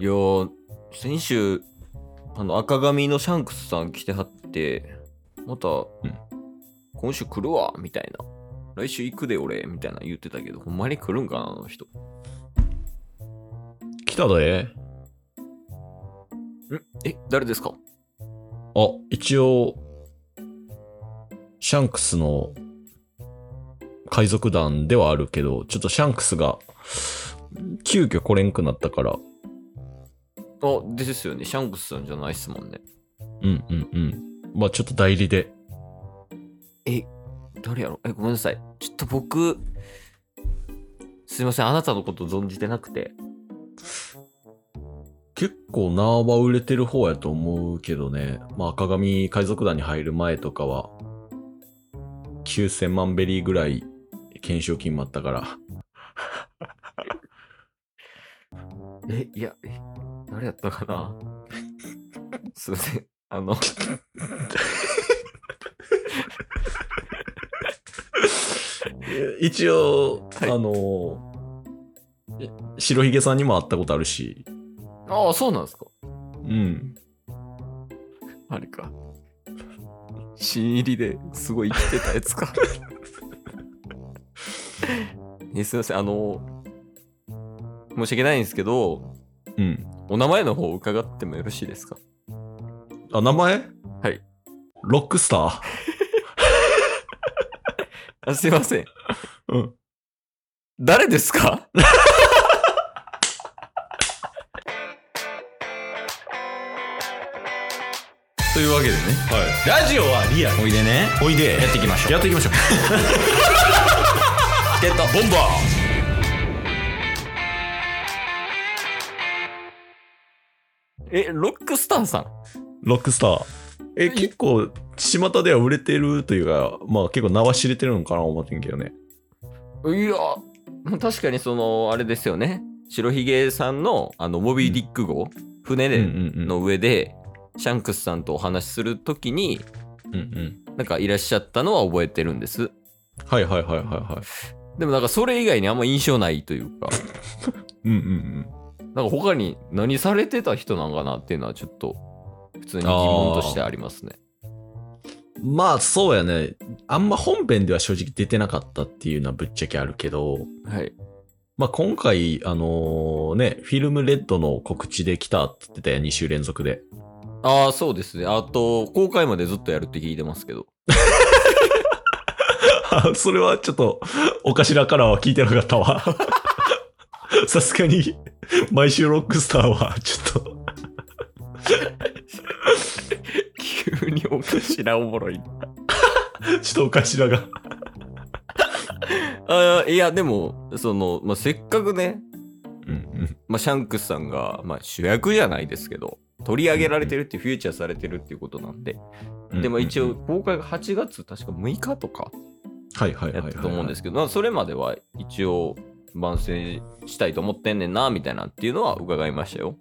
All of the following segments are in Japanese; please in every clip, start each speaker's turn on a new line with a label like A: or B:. A: いやー先週あの赤髪のシャンクスさん来てはってまた、
B: ん
A: 今週来るわみたいな来週行くで俺みたいな言ってたけどほんまに来るんかなあの人
B: 来たで。
A: んえ誰ですか
B: あ、一応、シャンクスの海賊団ではあるけど、ちょっとシャンクスが急遽来れんくなったから、
A: あですよねシャンクスさんじゃないっすもんね
B: うんうんうん。まあちょっと代理で。
A: え誰やろえごめんなさいちょっと僕すいませんあなたのこと存じてなくて
B: 結構ナーは売れてる方やと思うけどね。まあ赤髪海賊団に入る前とかは、9000万ベリーぐらい懸賞金もあったから。
A: えいやえ誰やったかなすいませんあの
B: 一応、
A: はい
B: あの、え白ひげさんにも会ったことあるし、
A: ああそうなんですか
B: うん。
A: あれか。新入りですごい生きてたやつか。えすいません、あの、申し訳ないんですけど、
B: うん。
A: お名前の方伺ってもよろしいですか
B: あ、名前
A: はい。
B: ロックスター。
A: あすいません。
B: うん。
A: 誰ですか
B: というわけでね。はい。ラジオはリアル。おいでね。おいで。やっていきましょう。やっていきましょう。
A: ゲットボンバーえ、ロックスターさん
B: ロックスター。え、
A: い
B: 結構、巷では売れてるというか、まあ結構名は知れてるのかな思ってんけどね。
A: いや、まあ確かにその、あれですよね。白ひげさんの、あの、モビーディック号、船で、
B: うんうんうん。
A: の上で、シャンクスさんとお話しするときに、
B: うんうん。
A: なんかいらっしゃったのは覚えてるんです。
B: はいはいはいはいはい。
A: でもなんかそれ以外にあんま印象ないというか、
B: うんうんうん。
A: なんか他に何されてた人なんかなっていうのはちょっと、普通に疑問としてありますね。
B: まあそうやね。あんま本編では正直出てなかったっていうのはぶっちゃけあるけど、
A: はい。
B: まあ今回、あのね、フィルムレッドの告知で来たって言ってたよ、2週連続で。
A: ああ、そうですね。あと、公開までずっとやるって聞いてますけど。
B: あ それはちょっと、お頭からは聞いてなかったわ。 さすがに、毎週ロックスターは、ちょっと。
A: 急におかしなおもろい。
B: ちょっとお頭が。
A: あーいや、でも、その、まあ、せっかくね、
B: うんうん。
A: まあ、シャンクスさんが、まあ、主役じゃないですけど取り上げられてるっていうフューチャーされてるっていうことなんで、でも一応、公開が8月確か6日とか
B: はいはいはい
A: や
B: は
A: っ
B: い。。
A: たと思うんですすけど、まあそれまでは一応番宣したいと思ってんねんなみたいなっていうのは伺いましたよ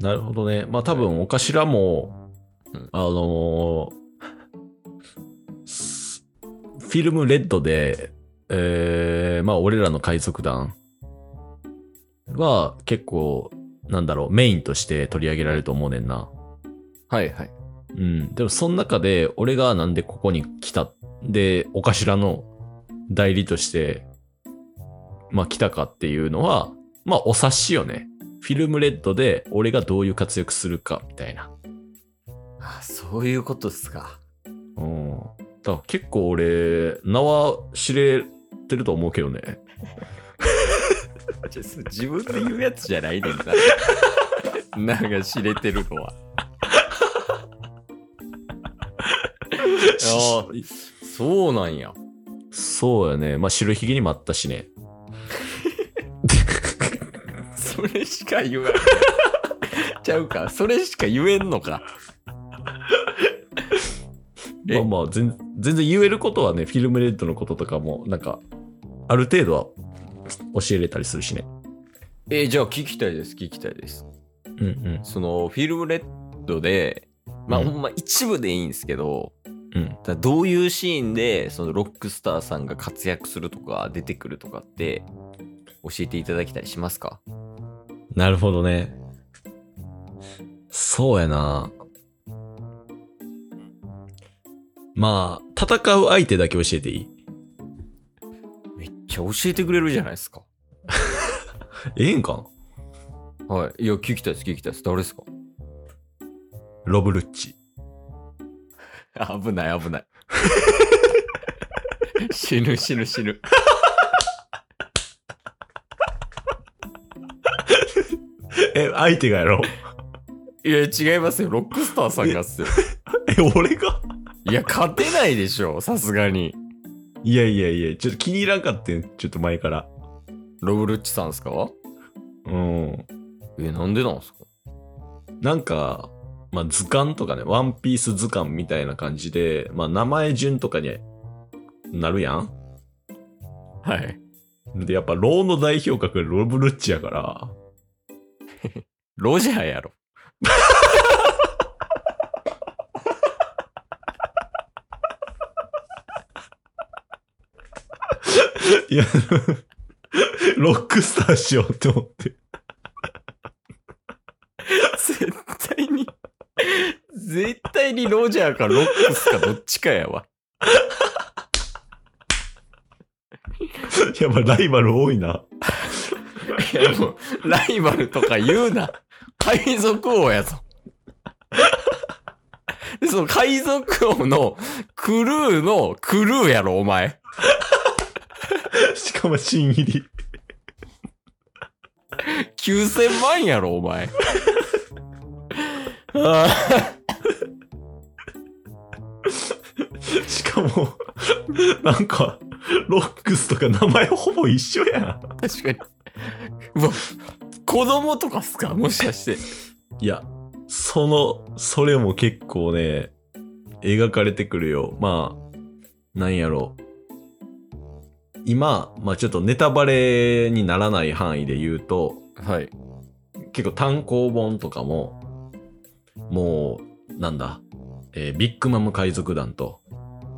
B: なるほどね。まあ多分、お頭も
A: うん、
B: あのーすフィルムレッドで、えー、まあ俺らの海賊団は結構、なんだろう、メインとして取り上げられると思うねんな。
A: はいはい
B: うん。でも、その中で、俺がなんでここに来た、で、お頭の代理として、まあ、来たかっていうのは、まあ、お察しよね。フィルムレッドで、俺がどういう活躍するか、みたいな。
A: あそういうことっすか
B: うん。だから結構俺、名は知れてると思うけどね。
A: 自分で言うやつじゃないね んななんか知れてるのはあそうなんや
B: そうやね。まあ、白ひげにもあったしね。
A: それしか言わんちゃうかそれしか言えんのかえ
B: まあまあ全、全然言えることはね、フィルムレッドのこととかも、なんか、ある程度は教えれたりするしね。
A: えじゃあ聞きたいです聞きたいです
B: うんうん。
A: そのフィルムレッドでまあ、
B: うん
A: ほんま一部でいいんですけど
B: うん。
A: だどういうシーンでそのロックスターさんが活躍するとか出てくるとかって教えていただきたりしますか
B: なるほどね。そうやな。まあ、戦う相手だけ教えていい
A: めっちゃ教えてくれるじゃないですか。
B: ええんかん
A: はい。いや、聞きたいです、聞きたいです。誰ですか
B: ロブルッチ。
A: 危ない、危 ない。死ぬ、死ぬ、死ぬ。
B: え、相手がやろ
A: いや、違いますよ。ロックスターさんがっす よ。
B: え、俺が
A: いや、勝てないでしょ、さすがに。
B: いやいやいや、ちょっと気に入らんかったよ。ちょっと前から。
A: ロブルッチさんですか
B: うん。
A: え、なんでなんですか
B: なんか、まあ、図鑑とかね、ワンピース図鑑みたいな感じで、まあ、名前順とかになるやん
A: はい。
B: で、やっぱ、ローの代表格ロブルッチやから、
A: ロジャーやろ。
B: いや、 ロックスターしようって思って。
A: 絶対に、絶対にロジャーかロックスかどっちかやわ。
B: やっぱライバル多いな。
A: いやもう、ライバルとか言うな。海賊王やぞ。で、その海賊王のクルーのクルーやろ、お前。
B: しかも新入り。
A: 9000万やろ、お前。あ
B: しかも、なんか、ロックスとか名前ほぼ一緒や
A: あ、確かに。うわ、子供とかっすかもしかして。
B: ん。いや、その、それも結構ね、描かれてくるよ。まあ、なんやろう。今、まあちょっとネタバレにならない範囲で言うと、
A: はい。
B: 結構単行本とかも、もう、なんだ、えービッグマム海賊団と、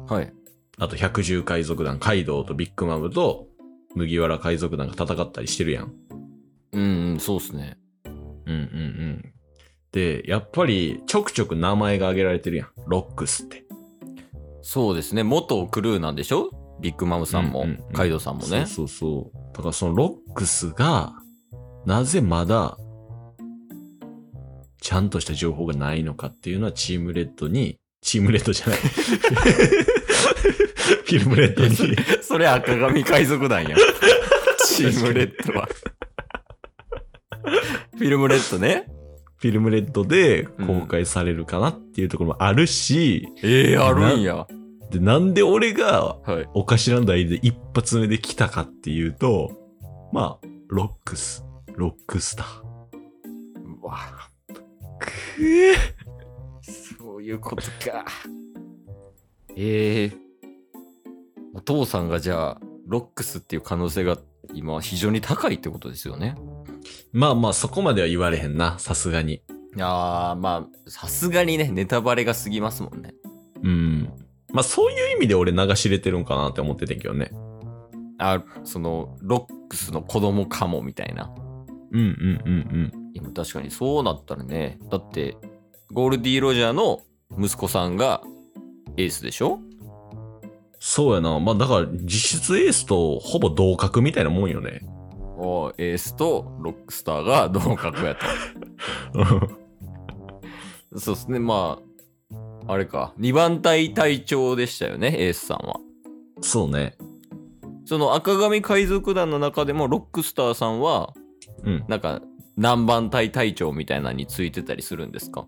A: はい。
B: あと百獣海賊団、カイドウとビッグマムと麦わら海賊団が戦ったりしてるやん。
A: うん、うん、そうっすね。
B: うんうんうん。で、やっぱりちょくちょく名前が挙げられてるやん。ロックスって。
A: そうですね。元クルーなんでしょビッグマムさんも、
B: うんうんうん
A: カイドウさんもね。
B: そうそうそう。だからそのロックスが、なぜまだ、ちゃんとした情報がないのかっていうのはチームレッドに、チームレッド じゃない。フィルムレッド
A: いやそれ
B: に。
A: それ赤髪海賊団や。チームレッドは。 フィルムレッドね。
B: フィルムレッドで公開されるかなっていうところもあるし、
A: ええあるんや。
B: で、なんで俺が
A: はい。
B: お頭代で一発目で来たかっていうと、まあ、ロックス、ロックスター。
A: うわ、
B: くえ
A: そういうことか。ええお父さんがじゃあ、ロックスっていう可能性が今は非常に高いってことですよね。
B: まあまあ、そこまでは言われへんな、さすがに。
A: ああ、まあ、さすがにね、ネタバレが過ぎますもんね。
B: うん。まあ、そういう意味で俺流し入れてるんかなって思っててんけどね。
A: あ、その、ロックスの子供かもみたいな。
B: うんうんうん
A: いや確かにそうなったらねだってゴールディ・ロジャーの息子さんがエースでしょ
B: うん。そうやな。まあ、だから、実質エースとほぼ同格みたいなもんよね。
A: おエースとロックスターが同格やと そうですねまああれか2番隊隊長でしたよねエースさんは
B: そうね。
A: その赤髪海賊団の中でもロックスターさんは
B: うん。
A: なんか何番隊隊長みたいなのについてたりするんですか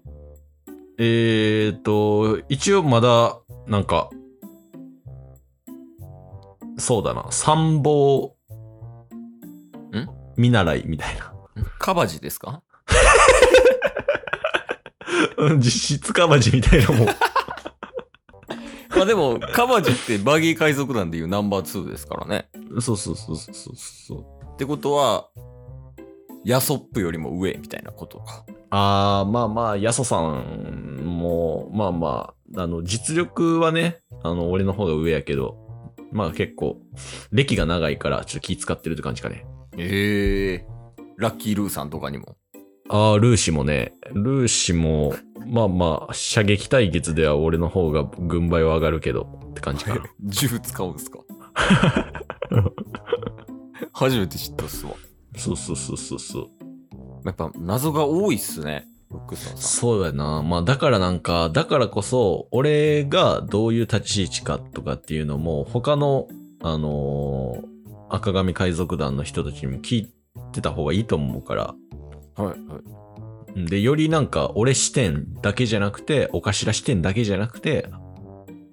B: えーっと、一応まだ、なんか、そうだな、参謀、
A: ん
B: 見習いみたいな。
A: カバジですか
B: うん 実質かまじみたいなもん。
A: まあでもカバジってバギー海賊団でいうナンバー2ですからね
B: そうそうそうそうそうそう。
A: ってことは、ヤソップよりも上みたいなことか。
B: あー、まあまあ、やそさんも、まあまあ、あの、実力はね、あの、俺の方が上やけど、まあ結構、歴が長いから、ちょっと気使ってるって感じかね。
A: ええラッキールーさんとかにも。
B: ああ、ルーシもね、ルーシも、まあまあ、射撃対決では俺の方が軍配は上がるけどって感 じかな。
A: 銃使うん すか初めて知ったっすわ。
B: そうそうそうそうそう。
A: やっぱ謎が多いっすね、ロックさんさ
B: そうやな。まあだからなんか、だからこそ、俺がどういう立ち位置かとかっていうのも、他の、あのー赤髪海賊団の人たちにも聞いてた方がいいと思うから。
A: ん。はいはい。
B: うんで、よりなんか、俺視点だけじゃなくて、お頭視点だけじゃなくて、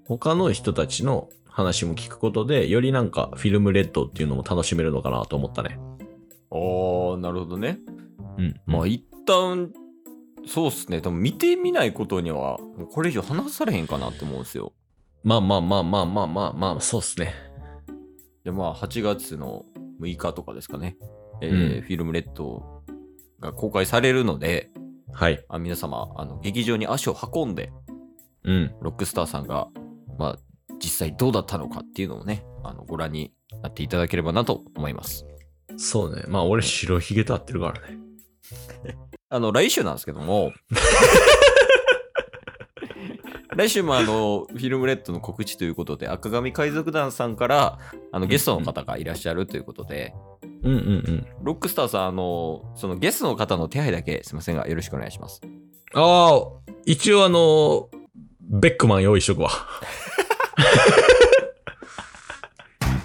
B: 他の人たちの話も聞くことで、よりなんか、フィルムレッドっていうのも楽しめるのかなと思ったね。
A: ああ、なるほどね。
B: うん。
A: まあ一旦、そうっすね。多分見てみないことには、もうこれ以上話されへんかなって思うんですよ。
B: まあまあまあまあまあまあまあ、そうっすね。
A: で、まあ8月の6日とかですかね。えー
B: うん
A: フィルムレッドが公開されるので、
B: はい。
A: あ皆様、あの劇場に足を運んで、
B: うん。
A: ロックスターさんが、まあ、実際どうだったのかっていうのをね、あのご覧になっていただければなと思います。
B: そうね。まあ、俺、白ひげと合ってるからね。
A: あの、来週なんですけど も、来週もあの、フィルムレッドの告知ということで、赤髪海賊団さんから、あの、ゲストの方がいらっしゃるということで、
B: うんうんうん。
A: ロックスターさん、あの、そのゲストの方の手配だけ、すいませんが、よろしくお願いします。
B: ああ、一応あのーベックマン用意しとくわ。